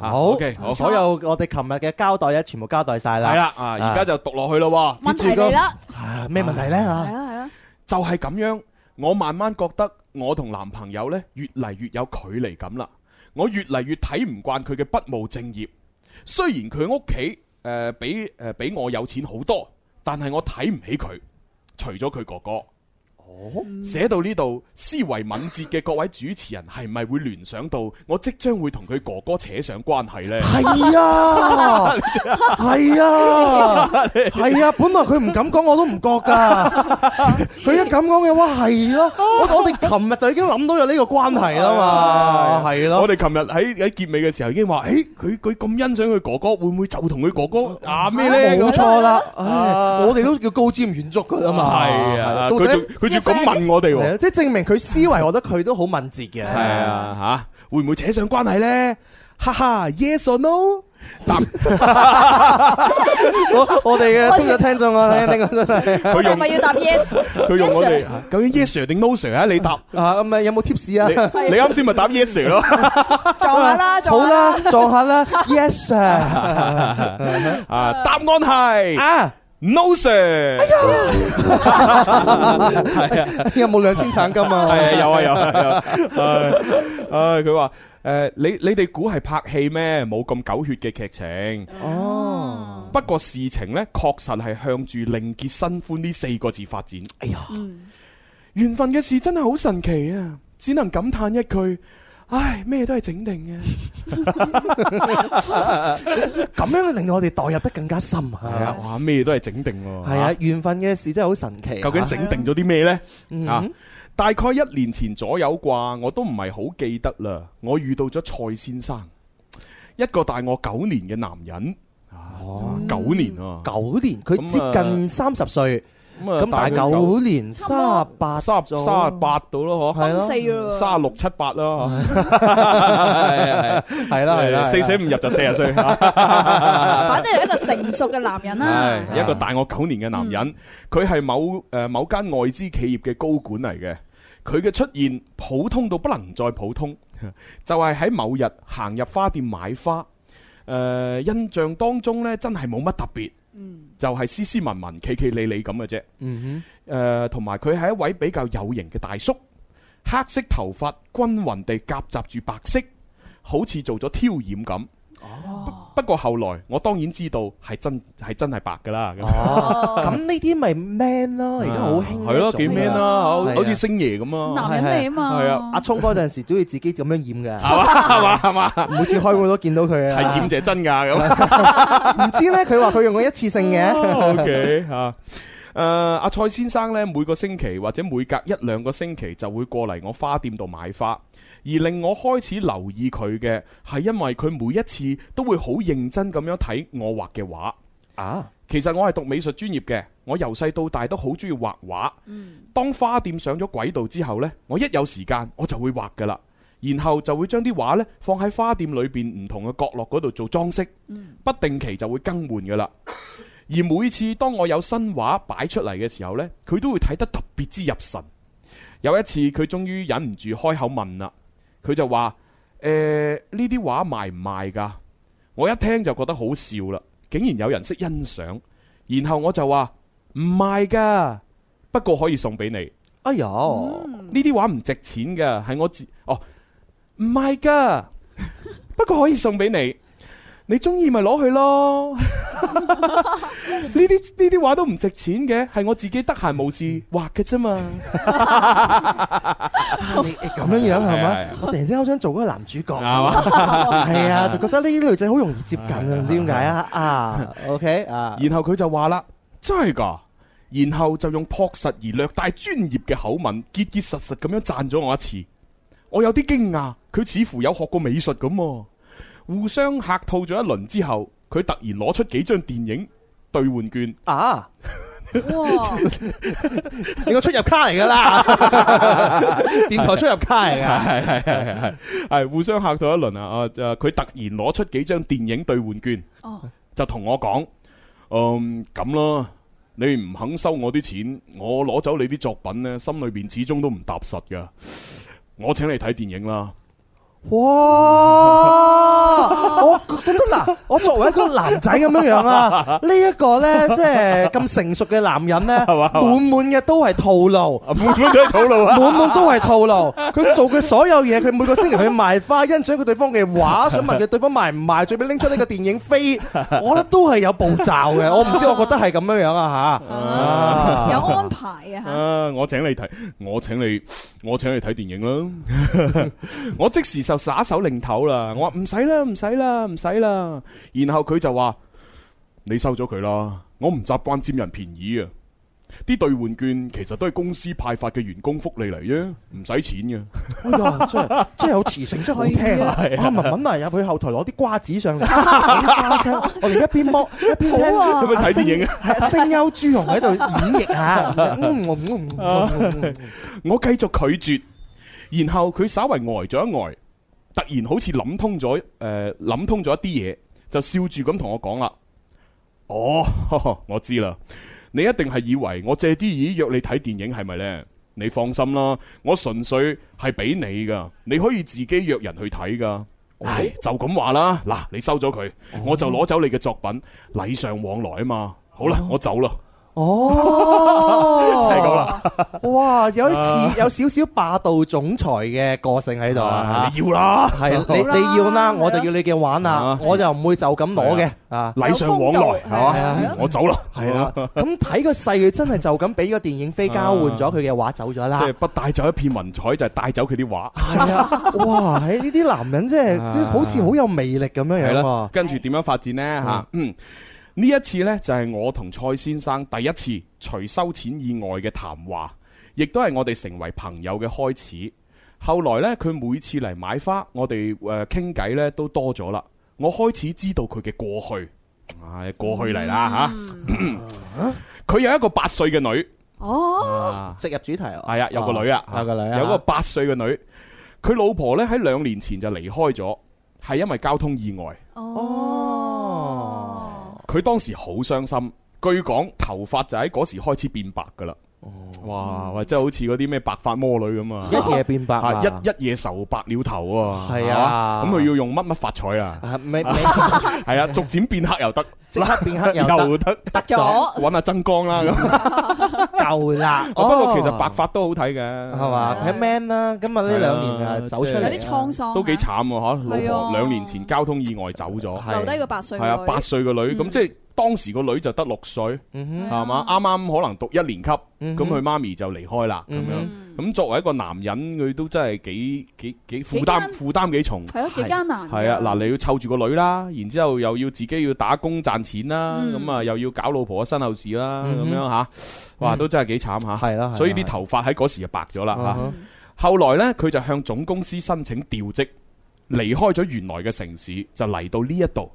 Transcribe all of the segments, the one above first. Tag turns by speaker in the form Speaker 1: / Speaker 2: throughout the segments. Speaker 1: 好
Speaker 2: ，OK，好，
Speaker 1: 所有我哋琴日嘅交代咧，全部交代晒啦。
Speaker 2: 系啦，啊，而家就讀落去咯
Speaker 1: 接
Speaker 3: 問題
Speaker 1: 住個
Speaker 3: 嚟啦，
Speaker 1: 啊，咩問題咧
Speaker 3: 係
Speaker 1: 嚇？
Speaker 3: 啦係啦，
Speaker 2: 喎，就係咁樣，我慢慢覺得我同男朋友呢越嚟越有距離感啦，我越嚟越睇唔慣佢嘅不務正業。雖然佢屋企誒比誒、呃比我有錢好多，但係我睇唔起佢，除咗佢哥哥。
Speaker 1: 哦，
Speaker 2: 寫到呢度，思維敏捷嘅各位主持人係咪會聯想到我即將會同佢哥哥扯上關係呢？
Speaker 1: 係啊，係啊，係啊，本來佢唔敢講，我都唔覺㗎。佢一咁講嘅話，係咯，我我哋琴日就已經諗到有呢個關係啦嘛，係咯
Speaker 2: 我。哋琴日喺喺結尾嘅時候已經話，誒佢佢咁欣賞佢哥哥，會唔會就同佢哥哥啊咩呢？
Speaker 1: 冇錯啦，
Speaker 2: 啊
Speaker 1: 唉我哋都叫高瞻遠矚噶啦嘛。
Speaker 2: 係啊，
Speaker 1: 到
Speaker 2: 佢
Speaker 1: 底
Speaker 2: 仲佢仲咁問我哋
Speaker 1: 係
Speaker 2: 喎，
Speaker 1: 啊即係證明佢思維，我覺得佢都好敏捷嘅。
Speaker 2: 係啊嚇，會唔會扯上關係呢？哈哈，yes or no？答
Speaker 1: 我我哋嘅忠實聽眾啊，呢個真係
Speaker 3: 我哋咪要答 yes，
Speaker 2: 佢用我
Speaker 3: Yes
Speaker 2: 哋究竟 yes sir 定 no sir 啊？你答，
Speaker 1: 啊咁啊，有冇 tips
Speaker 2: 你
Speaker 1: 啊？
Speaker 2: 你啱先咪答 yes sir 咯。
Speaker 3: 撞下
Speaker 1: 好
Speaker 3: 啦，撞下
Speaker 1: 啦，撞下啦，yes sir
Speaker 2: 啊，答案係
Speaker 1: 啊，
Speaker 2: no sir。
Speaker 1: 有冇兩千橙金 啊？
Speaker 2: 系啊，有啊，有啊，有啊。唉，佢話诶，你你哋估係拍戲咩？冇咁狗血嘅劇情。
Speaker 1: 哦，
Speaker 2: 不過事情呢，確實係向住另結新歡呢四個字發展。
Speaker 1: 哎呀，
Speaker 2: 緣分嘅事真係好神奇啊！只能感嘆一句。唉，咩都係整定嘅，
Speaker 1: 咁樣令到我哋代入得更加深
Speaker 2: 係啊
Speaker 1: 啊！，
Speaker 2: 哇，咩都係整定喎，
Speaker 1: 係啊，緣分嘅事真係好神奇啊。
Speaker 2: 究竟整定咗啲咩呢？
Speaker 1: 嗯
Speaker 2: 啊，大概一年前左右啩，我都唔係好記得啦。我遇到咗蔡先生，一個大我九年嘅男人，
Speaker 1: 哦
Speaker 2: 九年啊，
Speaker 1: 九年，佢
Speaker 2: 咁
Speaker 1: 接
Speaker 2: 啊
Speaker 1: 近三十歲，
Speaker 2: 咁啊
Speaker 1: 咁啊大九年三十八，
Speaker 2: 三十三十八到咯，嗬，
Speaker 1: 係
Speaker 3: 啦，
Speaker 1: 咯
Speaker 3: 四，啊咯喎，
Speaker 2: 三十啊六七八啦，嗬
Speaker 1: 啊係啊啦係啦，
Speaker 2: 四捨五入就四 十歲，係
Speaker 3: 反正係一個成熟嘅男人啦，
Speaker 2: 一個大我九年嘅男
Speaker 1: 嗯
Speaker 2: 人，佢係某誒某間外資企業嘅高管嚟嘅。佢嘅出現普通到不能再普通， 就係喺某日行入花店買花。誒、印象當中呢，真係冇乜特別，就係斯斯文文、企企理理咁嘅啫。
Speaker 1: 嗯
Speaker 2: 誒，呃同埋佢係一位比較有型嘅大叔，黑色頭髮均勻地夾雜住白色，好似做咗挑染咁。
Speaker 1: 哦
Speaker 2: 不不過後來我當然知道係真係真係白㗎啦。
Speaker 1: 哼，哦，
Speaker 2: 啊
Speaker 1: 咁呢啲咪 man 啊咯，哦而家好興呢
Speaker 2: 係咯，
Speaker 1: 種
Speaker 2: 幾 man 啦，
Speaker 1: 啊
Speaker 2: 好
Speaker 1: 係啊
Speaker 2: 好似星爺咁啊，
Speaker 3: 男人味啊
Speaker 2: 係啊
Speaker 3: 嘛，
Speaker 1: 阿聰嗰陣時都要自己咁樣染
Speaker 2: 係嘛係嘛係嘛，
Speaker 1: 啊嘅，每次開會都見到佢
Speaker 2: 係
Speaker 1: 啊。
Speaker 2: 染就係真㗎咁。
Speaker 1: 唔知咧，佢話佢用過一次性嘅。
Speaker 2: 哦 OK 嚇。誒阿蔡先生呢，每個星期或者每隔一兩個星期就會過嚟我花店度買花，而令我開始留意佢嘅係因為佢每一次都會好認真咁樣睇我畫嘅畫。
Speaker 1: 啊，
Speaker 2: 其實我係讀美術專業嘅，我由細到大都好中意畫畫。
Speaker 3: 嗯
Speaker 2: 當花店上咗軌道之後呢，我一有時間我就會畫噶啦，然後就會將啲畫呢放喺花店裏邊唔同嘅角落嗰度做裝飾，
Speaker 3: 嗯
Speaker 2: 不定期就會更換噶啦。而每次當我有新畫擺出嚟嘅時候呢，佢都會睇得特別之入神。有一次佢終於忍唔住開口問啦，佢就話：誒呢啲畫賣唔賣㗎？我一聽就覺得好笑啦，竟然有人識欣賞。然後我就話唔賣㗎，不過可以送俾你。
Speaker 1: 哎呀，
Speaker 2: 呢啲畫唔值錢噶，係我自哦唔係噶，不過可以送俾你，你中意咪攞去咯。 呢啲呢啲畫都唔值錢嘅，係我自己得閒無事畫嘅啫嘛。
Speaker 1: 你你咁樣樣係
Speaker 2: 係係
Speaker 1: 嘛？我突然之間好想做嗰個男主角，
Speaker 2: 嘛？
Speaker 1: 係啊，就覺得呢啲女仔好容易接近啊，唔知點解啊啊，OK 啊，
Speaker 2: 然後佢就話啦，真係噶。然後就用樸實而略帶專業嘅口吻，結結實實咁樣讚咗我一次。我有啲驚訝，佢似乎有學過美術咁喎。互相客套咗一輪之後，佢突然攞出幾張電影兌換券。
Speaker 1: 啊，
Speaker 3: 哇，
Speaker 2: 啊
Speaker 1: 你個出入卡嚟㗎啦，電台出入卡嚟 㗎，
Speaker 2: 係係係係係互相嚇到一輪啊！啊，誒佢突然攞出幾張電影兑換券，
Speaker 3: 哦
Speaker 2: 就同我講：嗯，咁啦，你唔肯收我啲錢，我攞走你啲作品呢，心裏邊始終都唔踏實噶。我請你睇電影啦。
Speaker 1: 哇！我覺得嗱，我作為一個男仔咁樣樣啊，呢一個呢，即係咁成熟嘅男人呢，
Speaker 2: 嘛係嘛
Speaker 1: 滿滿嘅都係套路。
Speaker 2: 啊，滿滿都係套路啊！
Speaker 1: 滿滿都係套 路，佢做嘅所有嘢，佢每個星期去賣花，欣賞佢對方嘅畫，想問佢對方賣唔賣，最尾拎出呢個電影飛， 我覺得都係有步驟嘅。我唔知，我覺得係咁樣樣啊吓。啊
Speaker 3: 有安排 嘅吓。
Speaker 2: 啊！我請你睇，我請你，我請你睇電影啦！我即時就耍手擰頭啦！我話唔使啦，唔使啦，唔使啦！然後佢就話：你收咗佢啦！我唔習慣佔人便宜啊！啲兑換券其實都係公司派發嘅員工福利嚟啫，唔使錢嘅。
Speaker 1: 哎呀，真係真係有磁性，真係好聽 啊！啊，文文啊，入去後台攞啲瓜子上嚟，攞啲花聲，我哋一邊剝一邊聽。
Speaker 3: 好啊
Speaker 2: 有冇睇電影啊？
Speaker 1: 係聲優朱紅喺度演繹下，嗯嗯嗯 嗯
Speaker 2: 我繼續拒絕，然後佢稍為呆咗一呆，突然好似諗通咗，誒、呃諗通咗一啲嘢，就笑住咁同我講啦。哦，我知啦，你一定係以為我借啲意約你睇電影係咪呢？你放心啦，我純粹係俾你噶，你可以自己約人去睇噶。唉，就咁話啦，嗱，你收咗佢，
Speaker 1: 哦
Speaker 2: 我就攞走你嘅作品，禮尚往來啊嘛。好啦，我走啦。
Speaker 1: 哦，
Speaker 2: 係咁啊
Speaker 1: 啦，哇，有啲似有少少霸道總裁嘅個性喺度啊！
Speaker 2: 你要啦，
Speaker 1: 系你
Speaker 3: 好啦
Speaker 1: 你要啦，我就要你嘅玩啦
Speaker 2: 啊，
Speaker 1: 我就唔會就咁攞嘅啊。
Speaker 2: 禮尚往來係
Speaker 3: 係啊係
Speaker 2: 嘛
Speaker 3: 啊？
Speaker 2: 我走啦。
Speaker 1: 系啦，咁睇個勢，佢真係就咁俾個電影飛交換咗佢嘅畫走咗啦
Speaker 2: 即係。不帶走一片雲彩，就係帶走佢啲畫。
Speaker 1: 係啊，哇！喺呢啲男人即係
Speaker 2: 啊
Speaker 1: 好似好有魅力咁樣樣喎。
Speaker 2: 跟住點樣發展呢？吓，嗯呢一次呢，就係我同蔡先生第一次除收錢以外嘅談話，亦都係我哋成為朋友嘅開始。後來呢，佢每次嚟買花，我哋誒傾偈呢都多咗啦。我開始知道佢嘅過去，唉、過去嚟啦吓。佢有一個八歲嘅女，
Speaker 3: 哦，
Speaker 2: 啊
Speaker 1: 直入主題啊
Speaker 2: 係啊，有個女啊，
Speaker 1: 有個女啊，
Speaker 2: 有個八歲嘅女，佢老婆呢喺兩年前就離開咗，係因為交通意外。
Speaker 1: 哦
Speaker 3: 哦，
Speaker 2: 佢當時好傷心，據講頭髮就喺嗰時開始變白噶啦。
Speaker 1: 哦
Speaker 2: 哇！
Speaker 1: 嗯
Speaker 2: 喂，真係好似嗰啲咩白髮魔女咁啊！
Speaker 1: 一 夜變白
Speaker 2: 啊
Speaker 1: 啊，
Speaker 2: 一一夜愁白了頭啊！
Speaker 1: 係
Speaker 2: 係嘛
Speaker 1: 啊
Speaker 2: 咁佢要用乜乜發彩 啊？
Speaker 1: 啊，未未
Speaker 2: 係啊，逐漸變黑又得，
Speaker 1: 即 刻變黑又得
Speaker 2: 又得，
Speaker 1: 得
Speaker 3: 咗
Speaker 2: 揾阿曾江 啦咁。
Speaker 1: 夠啦。
Speaker 2: 不過其實白髮都好睇嘅，
Speaker 1: 係哦嘛，睇 man 啦，今日呢兩年啊走出嚟
Speaker 3: 啊有
Speaker 1: 啊，
Speaker 3: 啲滄桑啊，
Speaker 2: 都幾慘喎嚇！
Speaker 3: 係
Speaker 2: 老婆
Speaker 3: 啊
Speaker 2: 兩年前交通意外走咗，
Speaker 1: 係
Speaker 3: 留低個八歲
Speaker 2: 係啊，八歲個女咁
Speaker 3: 嗯
Speaker 2: 即係當時個女就得六歲。
Speaker 1: 嗯
Speaker 2: 係嘛？啱啱可能讀一年級，咁
Speaker 3: 嗯
Speaker 1: 哼，
Speaker 2: 佢媽咪就離開啦，咁樣。咁作為一個男人，佢都真係幾幾幾負擔
Speaker 3: 幾艱
Speaker 2: 負擔幾重。
Speaker 3: 係咯，幾艱難㗎。
Speaker 2: 係啊，嗱，你要湊住個女啦，然之後又要自己要打工賺錢啦，
Speaker 3: 嗯
Speaker 2: 咁啊又要搞老婆嘅身後事啦，
Speaker 1: 嗯哼
Speaker 2: 咁樣吓，
Speaker 3: 嗯
Speaker 2: 哇，都真係幾慘
Speaker 1: 係
Speaker 2: 吓。
Speaker 1: 啦係
Speaker 3: 啊
Speaker 1: 啦
Speaker 2: 所以啲頭髮喺嗰時就白咗啦
Speaker 3: 哦
Speaker 1: 嗯
Speaker 2: 吓。
Speaker 1: 哼
Speaker 2: 後來呢，佢就向總公司申請調職，離開咗原來嘅城市，就嚟到呢一度。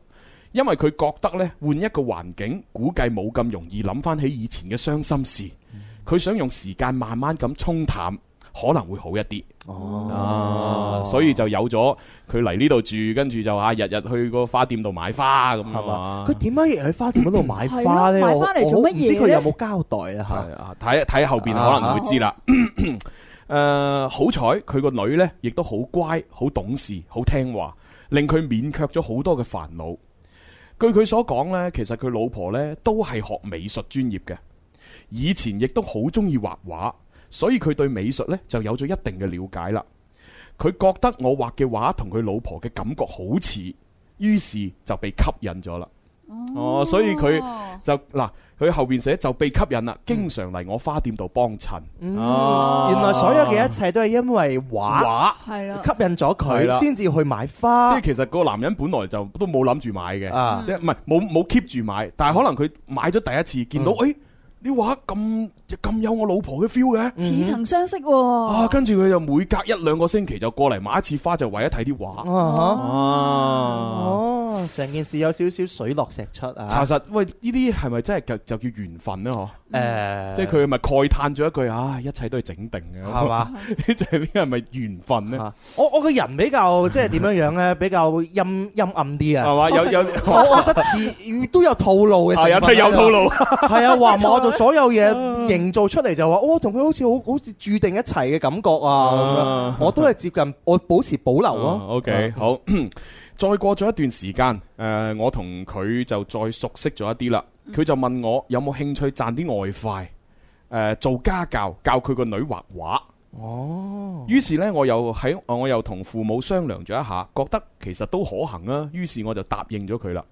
Speaker 2: 因為佢覺得呢，換一個環境，估計冇咁容易諗翻起以前嘅傷心事。
Speaker 1: 嗯
Speaker 2: 佢想用時間慢慢咁沖淡，可能會好一啲。
Speaker 1: 哦
Speaker 2: 啊，所以就有咗佢嚟呢度住，跟住就啊日日去個花店度買花咁
Speaker 1: 係嘛？
Speaker 2: 啊
Speaker 1: 佢。點解要喺花店嗰度買花咧？
Speaker 3: 係咯買
Speaker 1: 我
Speaker 3: 花嚟做
Speaker 1: 我
Speaker 3: 乜嘢
Speaker 1: 唔知佢有冇交代啊？
Speaker 2: 係啊，睇睇後邊可能會知啦。 誒、好彩佢個女呢亦都好乖、好懂事、好聽話，令佢免卻咗好多嘅煩惱。據佢所講呢，其實佢老婆呢都係學美術專業嘅，以前亦都好中意畫畫，所以佢對美術呢就有咗一定嘅了解啦。佢覺得我畫嘅畫同佢老婆嘅感覺好似，於是就被吸引咗啦。哦，所以佢。就嗱，佢後邊寫就被吸引
Speaker 1: 嗯
Speaker 2: 啦，經常嚟我花店度幫襯。
Speaker 1: 係嗯原來所有嘅一切都係因為畫
Speaker 2: 啊畫，
Speaker 3: 係啦，
Speaker 1: 吸引咗
Speaker 2: 係啦
Speaker 1: 佢，先至去買
Speaker 2: 即
Speaker 1: 花
Speaker 2: 係其實個男人本來就都冇諗住買嘅，
Speaker 1: 啊！嗯
Speaker 2: 即係唔係冇冇 keep 住買，但係可能佢買咗第一次，見到誒啲畫咁咁有我老婆嘅 feel 嘅。
Speaker 3: 似曾相識
Speaker 2: 啊，
Speaker 3: 喎。
Speaker 2: 跟住佢就每啊
Speaker 3: 哦
Speaker 2: 隔一兩個星期就過嚟買一次花，就為咗睇啲畫。
Speaker 1: 啊哈
Speaker 2: 啊，
Speaker 1: 啊哦，成件事有少少水落石出啊。
Speaker 2: 查實喂，呢啲係咪真係就就叫緣分咧？嗬，
Speaker 1: 誒，
Speaker 2: 即係佢咪慨嘆咗一句啊，一切都係整定嘅，
Speaker 1: 係嘛？
Speaker 2: 就係呢個係咪緣分咧？
Speaker 1: 啊我我個人比較即係點樣樣咧，比較陰陰暗啲啊。
Speaker 2: 係嘛？有 有
Speaker 1: 我我覺得似都有套路嘅成
Speaker 2: 係啊有
Speaker 1: 分喺
Speaker 2: 睇
Speaker 1: 度，
Speaker 2: 有套路，啊
Speaker 1: 係啊，話我就所有嘢營造出嚟就話，哦我同佢好似好好似注定一齊嘅感覺啊
Speaker 2: 啊
Speaker 1: 咁樣，我都係接近，我保持保留咯。啊
Speaker 2: O K，好。哦 再過咗一段時間，誒、我同佢就再熟悉咗一啲啦。佢就問我有冇興趣賺啲外快，誒、做家教，教佢個女畫畫。哦。於是呢，我又喺我又同父母商量咗一下，覺得其實都可行啊。於是我就答應咗佢啦。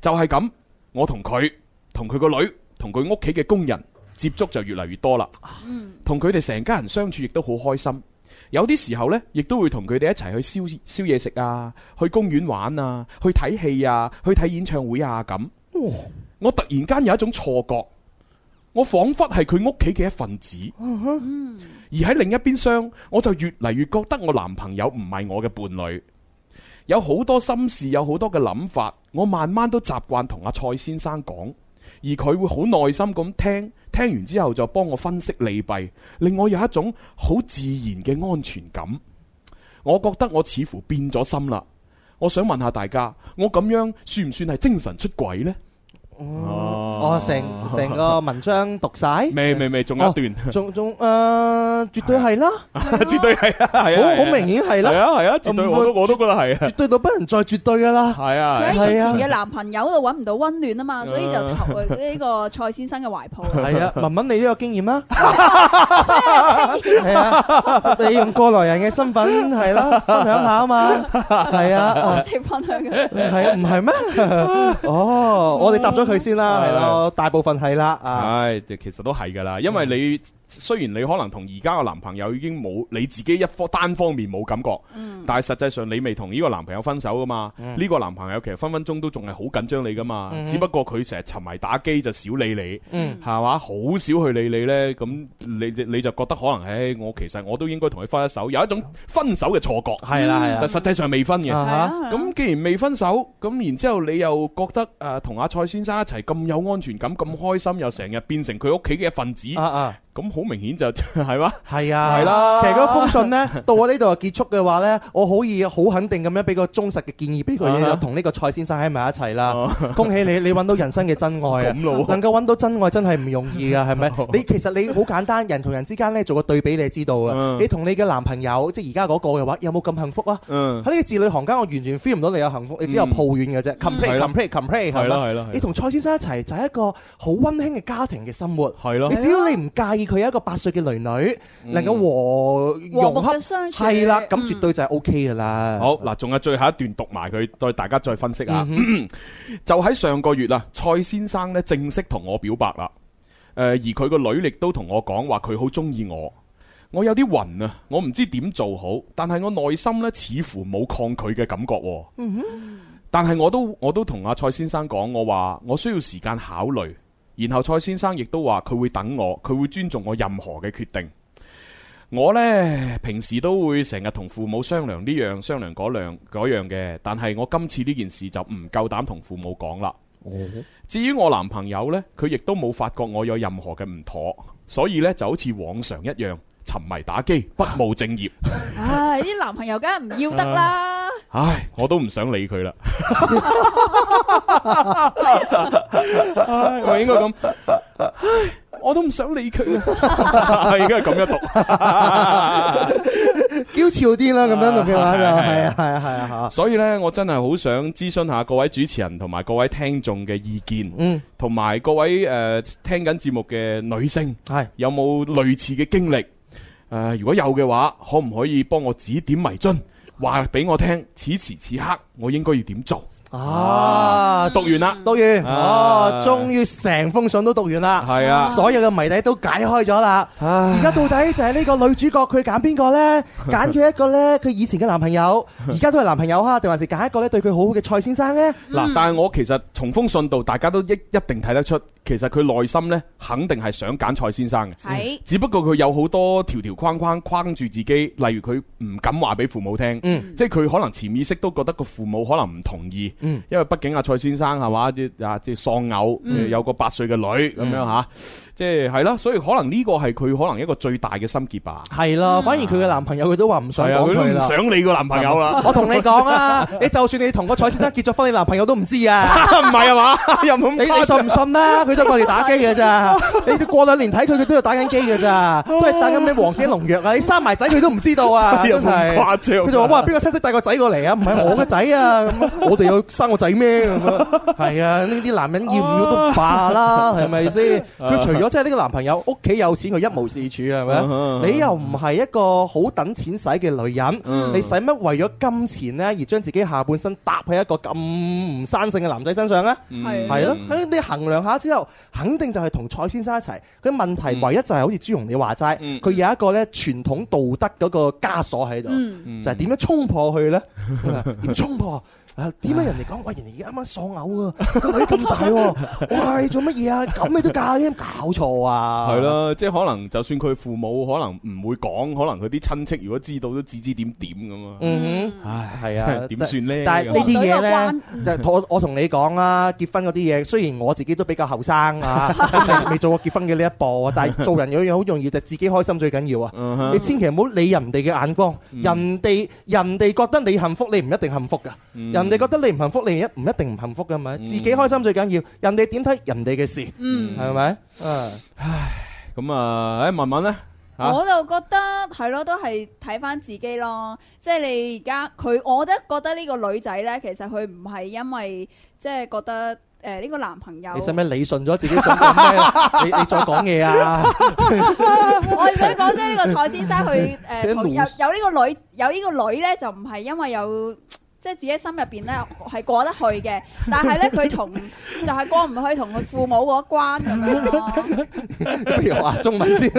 Speaker 2: 就係咁，我同佢、同佢個女、同佢屋企嘅工人接觸就越嚟越多啦。同佢哋成家人相處亦都好開心。有啲時候呢，亦都會同佢哋一齊去燒燒嘢食啊，去公園玩啊，去睇戲啊，去睇演唱會啊咁。我突然間有一種錯覺，我彷彿係佢屋企嘅一份子。
Speaker 1: 嗯
Speaker 2: 而喺另一邊廂，我就越嚟越覺得我男朋友唔係我嘅伴侶。有好多心事，有好多嘅諗法，我慢慢都習慣同阿蔡先生講，而佢會好耐心咁聽，聽完之後就幫我分析利弊，令我有一種好自然嘅安全感。我覺得我似乎變咗心啦。我想問下大家，我咁樣算唔算係精神出軌呢？
Speaker 1: 哦，成
Speaker 2: 啊
Speaker 1: 成個文章讀晒，
Speaker 2: 未未未，仲
Speaker 1: 哦
Speaker 2: 有一段，
Speaker 1: 仲仲誒，絕對係啦，
Speaker 2: 絕對係啊，係
Speaker 1: 好
Speaker 2: 啊，
Speaker 1: 好明顯係
Speaker 2: 係
Speaker 1: 啦，
Speaker 2: 啊，係啊，絕對我都我都覺得係啊，
Speaker 1: 絕對到不能再絕對噶啦。
Speaker 2: 係啊，係
Speaker 3: 佢
Speaker 2: 啊
Speaker 3: 喺以
Speaker 1: 係啊
Speaker 3: 前嘅男朋友度揾唔到温暖啊嘛，所以就投入呢個蔡先生嘅懷抱。
Speaker 1: 係啊，文文你都有經驗 啦， 係啊，你用過來人嘅身份係啦，分享下啊嘛，係啊，
Speaker 3: 我
Speaker 1: 哦
Speaker 3: 哋分享嘅，
Speaker 1: 係啊，唔係咩？ 哦，我哋答咗佢先啦，係咯，大部分係啦啊，
Speaker 2: 唉，就其實都係㗎啦，因
Speaker 1: 嗯
Speaker 2: 為你雖然你可能同而家個男朋友已經冇你自己一方單方面冇感覺，
Speaker 1: 嗯
Speaker 3: 嗯
Speaker 2: 但係實際上你未同呢個男朋友分手噶嘛？呢、個男朋友其實分分鐘都仲係好緊張你噶嘛，
Speaker 1: 嗯
Speaker 2: 只不過佢成日沉迷打機就少理你，
Speaker 1: 嗯
Speaker 2: 係嘛？好少去理你呢。咁你你你就覺得可能，唉，我其實我都應該同佢分一手，有一種分手嘅錯覺，
Speaker 1: 係啊啦係
Speaker 2: 但實際上未分嘅。
Speaker 1: 啊
Speaker 3: 係啊，係啊
Speaker 2: 咁既然未分手，咁然之後你又覺得誒同阿蔡先生一齊咁有安全感、咁開心，又成日變成佢屋企嘅一份子，咁
Speaker 1: 啊
Speaker 2: 好、
Speaker 1: 啊。
Speaker 2: 明顯就係嘛？
Speaker 1: 係啊，
Speaker 2: 係啦
Speaker 1: 其實嗰封信呢， 到我呢度就結束嘅話呢，我可以好肯定咁樣俾個忠實嘅建議俾佢
Speaker 2: 啊哈
Speaker 1: 嘅，就同呢個蔡先生喺埋一齊啦
Speaker 2: 哦。
Speaker 1: 恭喜你，你揾到人生嘅真愛啊！
Speaker 2: 咁咯喎
Speaker 1: 能夠揾到真愛真係唔容易啊 㗎，係咪？你其實你好簡單，人同人之間呢，做個對比，你就知道啊
Speaker 2: 嗯。
Speaker 1: 你同你嘅男朋友，即係而家嗰個嘅話，有冇咁幸福啊？
Speaker 2: 嗯
Speaker 1: 喺，呢個字裏行間，我完全 feel 唔到你有幸福，你只有
Speaker 2: 嗯
Speaker 1: 抱怨嘅啫。complain
Speaker 2: 係啦
Speaker 1: complain complain
Speaker 2: 係
Speaker 1: 係
Speaker 2: 啦
Speaker 1: 啦。
Speaker 2: 係啦
Speaker 1: 你同蔡先生一齊就係一個好温馨嘅家庭嘅生活。
Speaker 2: 係啊嗯啦
Speaker 1: 你，只要你唔介意佢有一個八歲嘅女女，能夠和
Speaker 3: 和睦
Speaker 1: 融洽
Speaker 3: 嘅，相處
Speaker 1: 係啦，咁
Speaker 3: 嗯
Speaker 1: 絕對就係 O K 噶啦。
Speaker 2: 好嗱，仲有最後一段讀埋佢，對大家再分析下。
Speaker 1: 嗯哼，
Speaker 2: 就喺上個月啦，蔡先生咧正式同我表白啦。誒、而佢個女亦都同我講話，佢好中意我。我有啲暈啊，我唔知點做好，但係我內心咧似乎冇抗拒嘅感覺喎。
Speaker 1: 嗯
Speaker 2: 但係我都我都同阿蔡先生講，我話我需要時間考慮。然後蔡先生亦都話佢會等我，佢會尊重我任何嘅決定。我呢，平時都會成日同父母商量呢樣商量嗰樣嗰樣嘅，但係我今次呢件事就唔夠膽同父母講啦。至於我男朋友呢，佢亦都冇發覺我有任何嘅唔妥，所以呢就好似往常一樣沉迷打機，不務正業。
Speaker 3: 唉，啲男朋友梗係唔要得啦。
Speaker 1: 啊
Speaker 2: 唉，我都唔想理佢啦。唉，我應該咁，唉，我都唔想理佢啊。 應該係咁樣讀。
Speaker 1: 嬌俏啲啦，咁樣讀嘅話就
Speaker 2: 啊
Speaker 1: 係
Speaker 2: 係
Speaker 1: 啊，係啊，係啊，嚇。
Speaker 2: 所以呢，我真係好想諮詢下各位主持人同埋各位聽眾嘅意見，
Speaker 1: 嗯，
Speaker 2: 同埋各位誒、呃、聽緊節目嘅女性。
Speaker 1: 係。
Speaker 2: 有冇類似嘅經歷？誒、如果有嘅話，可唔可以幫我指點迷津，話俾我聽？此時此刻，我應該要點做？
Speaker 1: 啊，
Speaker 2: 讀完啦，
Speaker 1: 讀完，
Speaker 2: 啊
Speaker 1: 哦，終於成封信都讀完啦，
Speaker 2: 係啊，
Speaker 1: 所有嘅謎底都解開咗啦。而家到底就係呢個女主角佢揀邊 個呢？揀佢一個呢，佢以前嘅男朋友，而家都係男朋友哈，定還是揀一個呢對佢好好嘅蔡先生呢？
Speaker 2: 嗱，但係我其實從封信度，大家都一一定睇得出，其實佢內心呢，肯定係想揀蔡先生嘅。
Speaker 3: 係
Speaker 2: 只不過佢有好多條條框框框住自己，例如佢唔敢話俾父母聽，
Speaker 1: 嗯
Speaker 2: 即係佢可能潛意識都覺得個父母可能唔同意，
Speaker 1: 嗯
Speaker 2: 因為畢竟阿蔡先生係嘛，啲啊即係喪偶，
Speaker 3: 嗯
Speaker 2: 有個八歲嘅女咁
Speaker 1: 嗯
Speaker 2: 樣吓，即係係啦，所以可能呢個係佢可能一個最大嘅心結吧。
Speaker 1: 係啦，
Speaker 3: 嗯
Speaker 1: 反而佢嘅男朋友佢都話唔想
Speaker 2: 係啊，
Speaker 1: 講
Speaker 2: 佢都
Speaker 1: 佢
Speaker 2: 唔
Speaker 1: 啦。
Speaker 2: 想你個男朋友啦，
Speaker 1: 我同你講啊， 你就算你同個蔡先生結咗婚，你男朋友都唔知 啊。
Speaker 2: 唔係啊嘛， 又冇
Speaker 1: 你
Speaker 2: 咁
Speaker 1: 你
Speaker 2: 誇
Speaker 1: 信
Speaker 2: 張
Speaker 1: 唔 信啦？佢都掛住打機嘅咋，你過兩年睇佢，佢都有打緊機嘅咋，都係打緊咩王者農藥啊！你生埋仔佢都唔知道 啊，
Speaker 2: 又
Speaker 1: 真
Speaker 2: 冇咁
Speaker 1: 係。
Speaker 2: 誇張。
Speaker 1: 佢就話：哇，邊個親戚帶個仔過嚟啊？唔係我嘅仔啊！咁啊我哋有生個仔咩？咁啊，係啊，呢啲男人要唔要都罷 啦，係咪
Speaker 2: 啊
Speaker 1: 先？佢除咗即係呢個男朋友屋企有錢，佢一無是處係咪啊？
Speaker 2: 嗯
Speaker 1: 你又唔係一個好等錢使嘅女人，
Speaker 2: 嗯
Speaker 1: 你使乜為咗金錢呢而將自己下半身搭喺一個咁唔生性嘅男仔身上呢？
Speaker 2: 嗯
Speaker 3: 係
Speaker 1: 係咯，
Speaker 2: 嗯
Speaker 1: 喺你衡量下之後，肯定就係同蔡先生一齊。佢問題唯一就係好似朱紅你話齋，
Speaker 2: 嗯
Speaker 1: 佢有一個咧傳統道德嗰個枷鎖喺度，
Speaker 3: 嗯，
Speaker 2: 嗯
Speaker 1: 就係點樣衝破去咧？ 點衝破？啊！點解人哋講喂，人哋而家啱啱喪偶啊，個女咁大 喎，哇！你做乜嘢啊？咁你都嫁啲搞錯啊！
Speaker 2: 係，啦，即係可能就算佢父母可能唔會講，可能佢啲親戚如果知道都指指點點咁啊。
Speaker 1: 嗯
Speaker 2: 唉，
Speaker 1: 哼，係啊，
Speaker 2: 點算呢？
Speaker 1: 但係呢
Speaker 2: 咁
Speaker 1: 啲嘢呢
Speaker 3: 過唔到呢個關嗯
Speaker 1: 但係我我同你講啦，結婚嗰啲嘢，雖然我自己都比較後生 啊，未未做過結婚嘅呢一步啊，但係做人有樣嘢好重要，就係自己開心最緊要啊！
Speaker 2: 嗯哼
Speaker 1: 你千祈唔好理人哋嘅眼光，人哋人哋覺得你幸福，你唔一定幸福噶；
Speaker 2: 嗯
Speaker 1: 人哋覺得你唔幸福，你一唔一定唔幸福噶嘛。
Speaker 2: 嗯
Speaker 1: 自己開心最緊要，人哋點睇人哋嘅事，
Speaker 3: 嗯。
Speaker 1: 係咪？嗯，
Speaker 2: 咁啊，唉，文文咧，啊
Speaker 3: 我就覺得係咯，都係睇翻自己咯。即係你而家佢，我都覺得呢個女仔呢，其實佢唔係因為即係覺得誒呢、個男朋友，
Speaker 1: 你使唔使理順咗自己想講咩啊？你你再講嘢啊？
Speaker 3: 我想講即係呢個蔡先生佢誒
Speaker 1: 寫
Speaker 3: 同
Speaker 1: 奴
Speaker 3: 有有呢個女有呢個女呢，就唔係因為有。即係自己心入邊呢係過得去嘅，但係呢，佢同就係過唔去同佢父母嗰一關咁樣咯。
Speaker 1: 不如我話中文 先。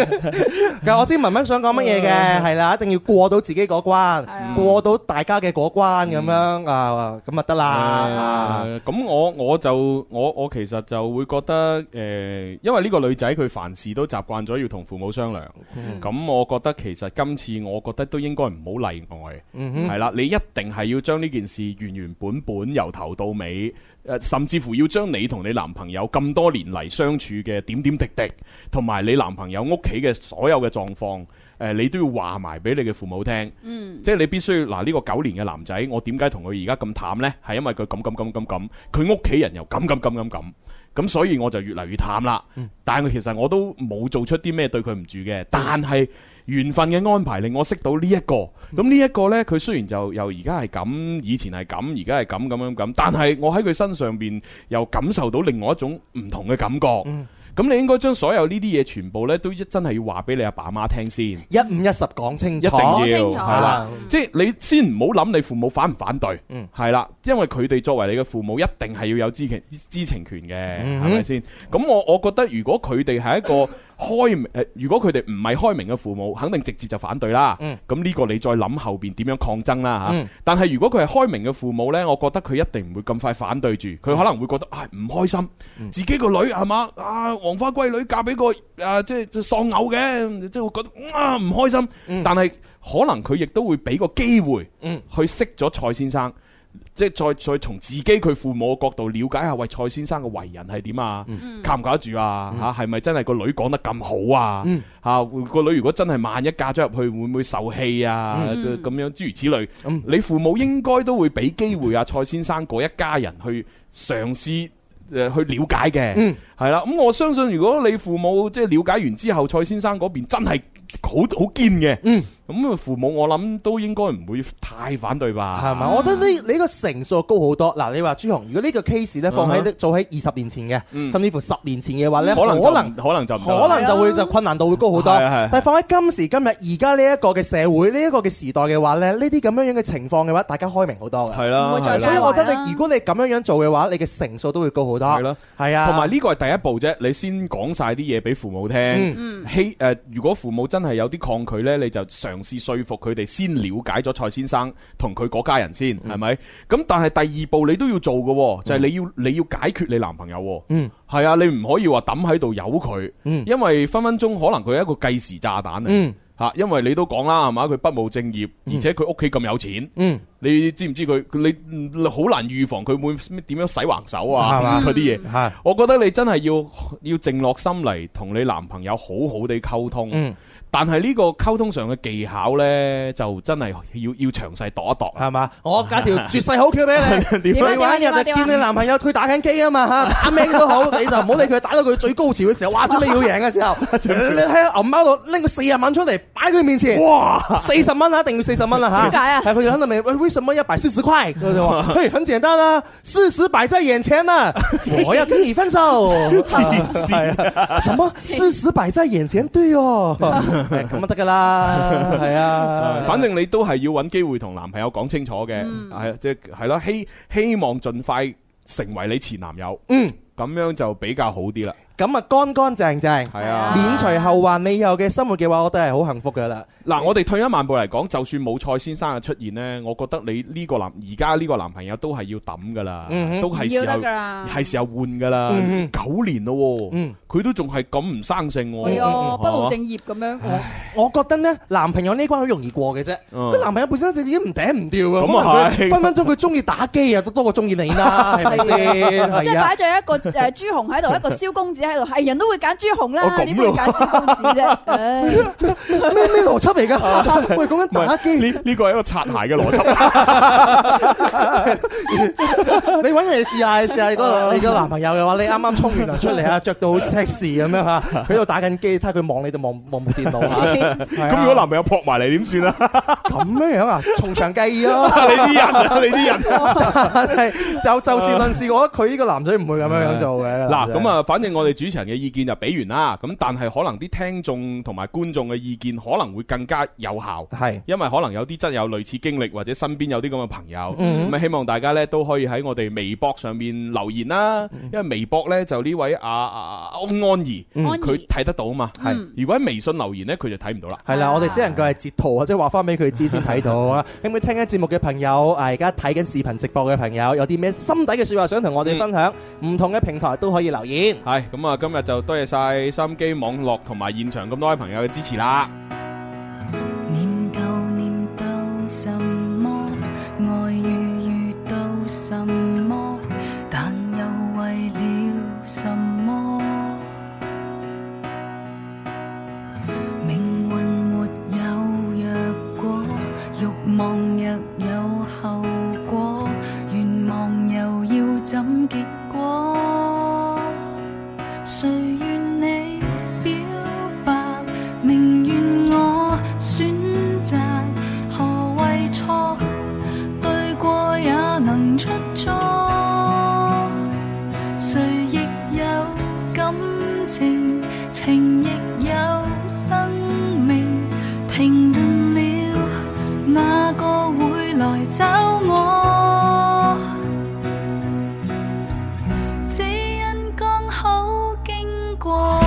Speaker 1: 但我知文文想講乜嘢嘅，
Speaker 2: 嗯
Speaker 1: 係啦，一定要過到自己嗰關
Speaker 3: 係。啊，
Speaker 1: 過到大家嘅嗰關咁
Speaker 2: 嗯
Speaker 1: 樣啊，咁啊得啦。啊
Speaker 2: 誒咁我我就我我其實就會覺得誒，因為呢個女仔佢凡事都習慣咗要同父母商量，
Speaker 1: 嗯
Speaker 2: 咁我覺得其實今次我覺得都應該唔好例外。
Speaker 1: 嗯哼
Speaker 2: 係啦，你一定係要將呢件事原原本本由頭到尾，誒、甚至乎要將你同你男朋友咁多年嚟相處嘅點點滴滴，同埋你男朋友屋企嘅所有嘅狀況，誒、你都要話埋俾你嘅父母聽。
Speaker 3: 嗯，
Speaker 2: 即係你必須要嗱呢、個九年嘅男仔，我點解同佢而家咁淡呢？係因為佢咁咁咁咁咁，佢屋企人又咁咁咁咁咁，咁所以我就越嚟越淡啦。但係其實我都冇做出啲咩對佢唔住嘅，但係緣分嘅安排令我識到呢、一個。咁呢一個呢，佢雖然就又而家係咁，以前係咁，而家係咁咁樣咁，但係我喺佢身上邊又感受到另外一種唔同嘅感覺。
Speaker 1: 嗯
Speaker 2: 咁你應該將所有呢啲嘢全部呢，都一真係要話俾你阿爸阿媽聽先。
Speaker 1: 一五一十講清楚，
Speaker 2: 一定要
Speaker 3: 講清楚
Speaker 2: 係啦
Speaker 1: 啊，
Speaker 3: 嗯
Speaker 2: 即係你先唔好諗你父母反唔反對，
Speaker 1: 嗯
Speaker 2: 係啦，因為佢哋作為你嘅父母，一定係要有知情知情權嘅，
Speaker 1: 嗯
Speaker 2: 係咪先？咁我我覺得如果佢哋係一個開明，誒，如果佢哋唔係開明嘅父母，肯定直接就反對啦。
Speaker 1: 嗯
Speaker 2: 咁呢個你再諗後邊點樣抗爭啦嚇。
Speaker 1: 嗯
Speaker 2: 但係如果佢係開明嘅父母呢，我覺得佢一定唔會咁快反對住，
Speaker 1: 嗯
Speaker 2: 佢可能會覺得唉唔開心，自己個女係嘛啊黃花閨女嫁俾個啊即係即係喪偶嘅，即係會覺得嗯啊唔開心。
Speaker 1: 嗯
Speaker 2: 但係可能佢亦都會俾個機會
Speaker 1: 嗯
Speaker 2: 去識咗蔡先生。即係再再從自己佢父母嘅角度了解下，喂蔡先生嘅為人係點
Speaker 1: 嗯
Speaker 2: 啊？靠唔靠得住啊？嚇係咪真係個女講得咁好啊？
Speaker 1: 嗯
Speaker 2: 嚇個女如果真係萬一嫁咗入去，會唔會受氣啊？
Speaker 3: 嗯
Speaker 2: 咁樣諸如此類，
Speaker 1: 嗯
Speaker 2: 你父母應該都會俾機會啊蔡先生嗰一家人去嘗試。誒去了解嘅
Speaker 1: 嗯，
Speaker 2: 係啦、咁我相信如果你父母即係了解完之後，蔡先生嗰邊真係好好堅嘅，
Speaker 1: 嗯
Speaker 2: 咁啊父母我諗都應該唔會太反對吧？
Speaker 1: 係咪？我覺得呢你個成數高好多。嗱，你話朱紅，如果呢個 case 咧放
Speaker 2: 嗯
Speaker 1: 喺做喺二十年前
Speaker 2: 嗯
Speaker 1: 嘅，甚至乎十年前嘅話咧，
Speaker 2: 可
Speaker 1: 可
Speaker 2: 能
Speaker 1: 能
Speaker 2: 就唔可能就唔得啦
Speaker 1: 可能就會就困難度會高好多。
Speaker 2: 係啊係啊
Speaker 1: 但係放喺今時今日而家呢一個嘅社會，呢一個嘅時代嘅話咧，呢啲咁樣樣嘅情況嘅話，大家開明好多嘅。
Speaker 2: 係啦，
Speaker 3: 唔會再
Speaker 2: 係啦
Speaker 1: 所以我覺得
Speaker 3: 係啦
Speaker 1: 你如果你咁樣樣做嘅話，你嘅成數都會高好多。
Speaker 2: 係啦，
Speaker 1: 係啊，
Speaker 2: 同埋呢個係第一步啫，你先講晒啲嘢俾父母聽。
Speaker 3: 嗯
Speaker 2: 希誒，如果父母真係有啲抗拒呢，你就嘗試說服佢哋先了解咗蔡先生同佢嗰家人先，
Speaker 1: 嗯
Speaker 2: 係咪？咁但係第二步你都要做嘅喎，就係你要你要解決你男朋友喎。
Speaker 1: 嗯
Speaker 2: 係啊，你唔可以話抌喺度由佢，
Speaker 1: 嗯
Speaker 2: 因為分分鐘可能佢係一個計時炸彈嚟。啊
Speaker 1: 嗯
Speaker 2: 嚇吓，因為你都講啦，係嘛？佢不務正業，而且佢屋企咁有錢，
Speaker 1: 嗯，
Speaker 2: 你知唔知佢？佢你嗯好難預防佢會咩點樣洗橫手啊
Speaker 1: 係嘛
Speaker 2: 嗰啲嘢。
Speaker 1: 係，
Speaker 2: 我覺得你真係要要靜落心嚟同你男朋友好好地溝通，
Speaker 1: 嗯，
Speaker 2: 但係呢個溝通上嘅技巧呢，就真係要要詳細度一啊度啦。
Speaker 1: 係嘛？我加條絕世好橋俾你。
Speaker 3: 點
Speaker 1: 你
Speaker 3: 啊點啊
Speaker 1: 玩日
Speaker 3: 點啊
Speaker 1: 日
Speaker 3: 點啊
Speaker 1: 見你男朋友佢打緊機啊嘛嚇，打咩都 好，你就唔好理佢打到佢最高潮嘅時候，哇！準備要贏嘅時候，你喺銀包度拎個四十蚊出嚟擺佢面前，哇！ 四十蚊啦，啊一定要四十蚊 啦嚇。
Speaker 3: 點解啊
Speaker 1: 係佢就喺度咪喂，為什麼 要擺四十塊？佢就話： 嘿，很簡單啦，事實擺在眼前 啦，我要跟你分手。 係啊，什麼事實擺在眼前？對哦， 係咁啊得㗎啦， 係啊，嗯
Speaker 2: 反正你都係要揾機會同男朋友講清楚嘅，係啊即係咯，希希望盡快成為你前男友，
Speaker 1: 嗯，
Speaker 2: 咁樣就比較好啲啦。
Speaker 1: 咁啊乾乾淨淨。
Speaker 2: 係啊，
Speaker 1: 免除後患，你以後嘅生活嘅話，我都係好幸福噶啦。
Speaker 2: 嗱，我哋退一萬步嚟講，就算冇蔡先生嘅出現呢，我覺得你呢個男而家呢個男朋友都係要抌噶啦，
Speaker 1: 嗯哼
Speaker 2: 都係
Speaker 3: 要
Speaker 2: 時
Speaker 3: 得
Speaker 2: 候
Speaker 3: 噶啦，
Speaker 2: 係時候換噶啦
Speaker 1: 嗯，
Speaker 2: 九年咯喎，
Speaker 1: 嗯
Speaker 2: 佢都仲係咁唔生性
Speaker 3: 係
Speaker 2: 喎。嗯
Speaker 3: 啊，不務正業咁樣我。
Speaker 1: 我覺得呢，男朋友呢關好容易過嘅啫。
Speaker 2: 嗯
Speaker 1: 個男朋友本身就已經唔頂唔掉啊，
Speaker 2: 咁啊
Speaker 1: 可能
Speaker 2: 係
Speaker 1: 佢分分鐘佢中意打機啊，都多過中意你啦，係咪先？
Speaker 3: 即係
Speaker 1: 係啊
Speaker 3: 擺。咗一個誒朱紅喺度，一個蕭公子喺度，係人都會揀朱紅
Speaker 2: 哦咁
Speaker 3: 啦，
Speaker 2: 咯
Speaker 3: 點會揀蕭公子啫？ 唉
Speaker 1: 咩咩邏輯嚟㗎？喂，講緊
Speaker 2: 啊唔係
Speaker 1: 打機，
Speaker 2: 呢呢個係一個擦鞋嘅邏輯。
Speaker 1: 你揾人嚟試下試下，如
Speaker 2: 啊
Speaker 1: 果你個男朋友嘅話，你啱啱沖完涼出嚟啊，着到好 sexy 咁樣嚇， 佢喺度打緊機，睇下佢望你就望望部電腦啊。係啊
Speaker 2: 咁如果男朋友撲埋嚟點算啊？
Speaker 1: 咁樣樣啊，從長計議 咯。
Speaker 2: 你啲人啊，你啲人。
Speaker 1: 但係就就事論事，我覺得佢呢個男仔唔會咁樣樣做嘅。
Speaker 2: 嗱，咁，啊，反正我哋主持人嘅意見就俾完啦。咁但係可能啲聽眾同埋觀眾嘅意見可能會更加有效。
Speaker 1: 係
Speaker 2: 因為可能有啲真有類似經歷，或者身邊有啲咁嘅朋友，咁、
Speaker 1: 嗯
Speaker 2: 啊希望大家咧都可以喺我哋微博上面留言啦。因為微博咧就呢位啊啊啊安嗯安怡，
Speaker 1: 嗯
Speaker 3: 安
Speaker 2: 佢
Speaker 3: 怡，
Speaker 2: 睇得到啊嘛。
Speaker 1: 係
Speaker 3: 嗯
Speaker 2: 如果喺微信留言咧，佢就睇唔到啦。
Speaker 1: 係啦，我哋只能夠係截圖或者話翻俾佢知先睇到 啊。咁佢聽緊節目嘅朋友，啊而家睇緊視頻直播嘅朋友，有啲咩心底嘅説話想同我哋分享，唔同嘅平台都可以留言。
Speaker 2: 係咁啊，今日就多謝晒收音機網絡同埋現場咁多位朋友嘅支持啦。
Speaker 4: 念舊念到什麼，愛遇遇到什麼，但又為了什麼？命運沒有若果，慾望若有後果，願望又要怎結果？誰願你表白，寧願我選擇。何謂錯？對過也能出錯。誰亦有感情，情亦有生命。停頓了，哪個會來找我？只因剛好經過。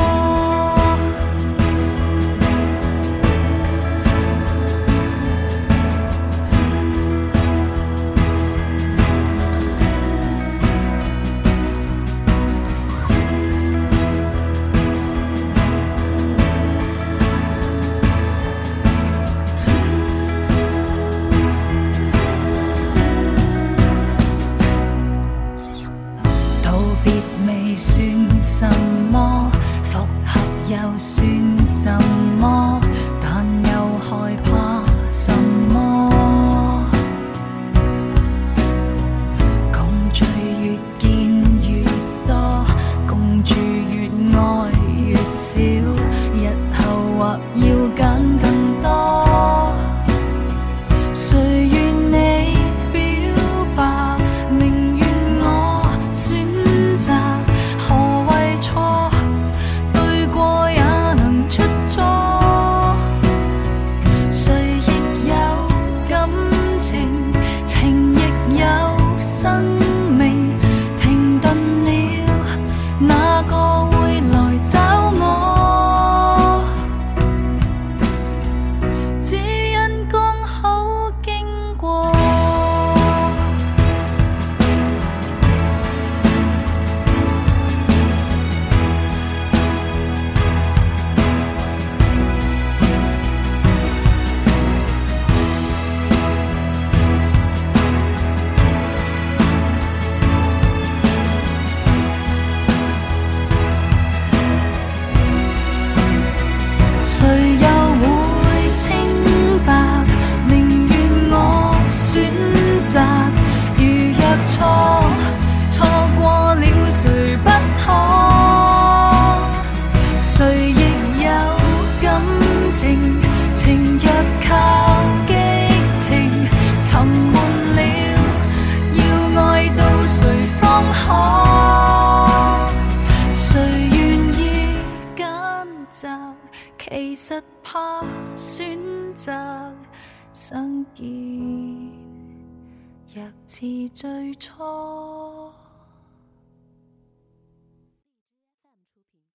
Speaker 4: 道別未算什麼，復合又算什麼？但又害怕什麼？共聚越見越多，共住越愛越少，日後或要揀更多。誰願你表白，寧願我選擇。何謂錯？對過也能出錯。可。谁愿意拣择？其实怕选择，相见若似最初。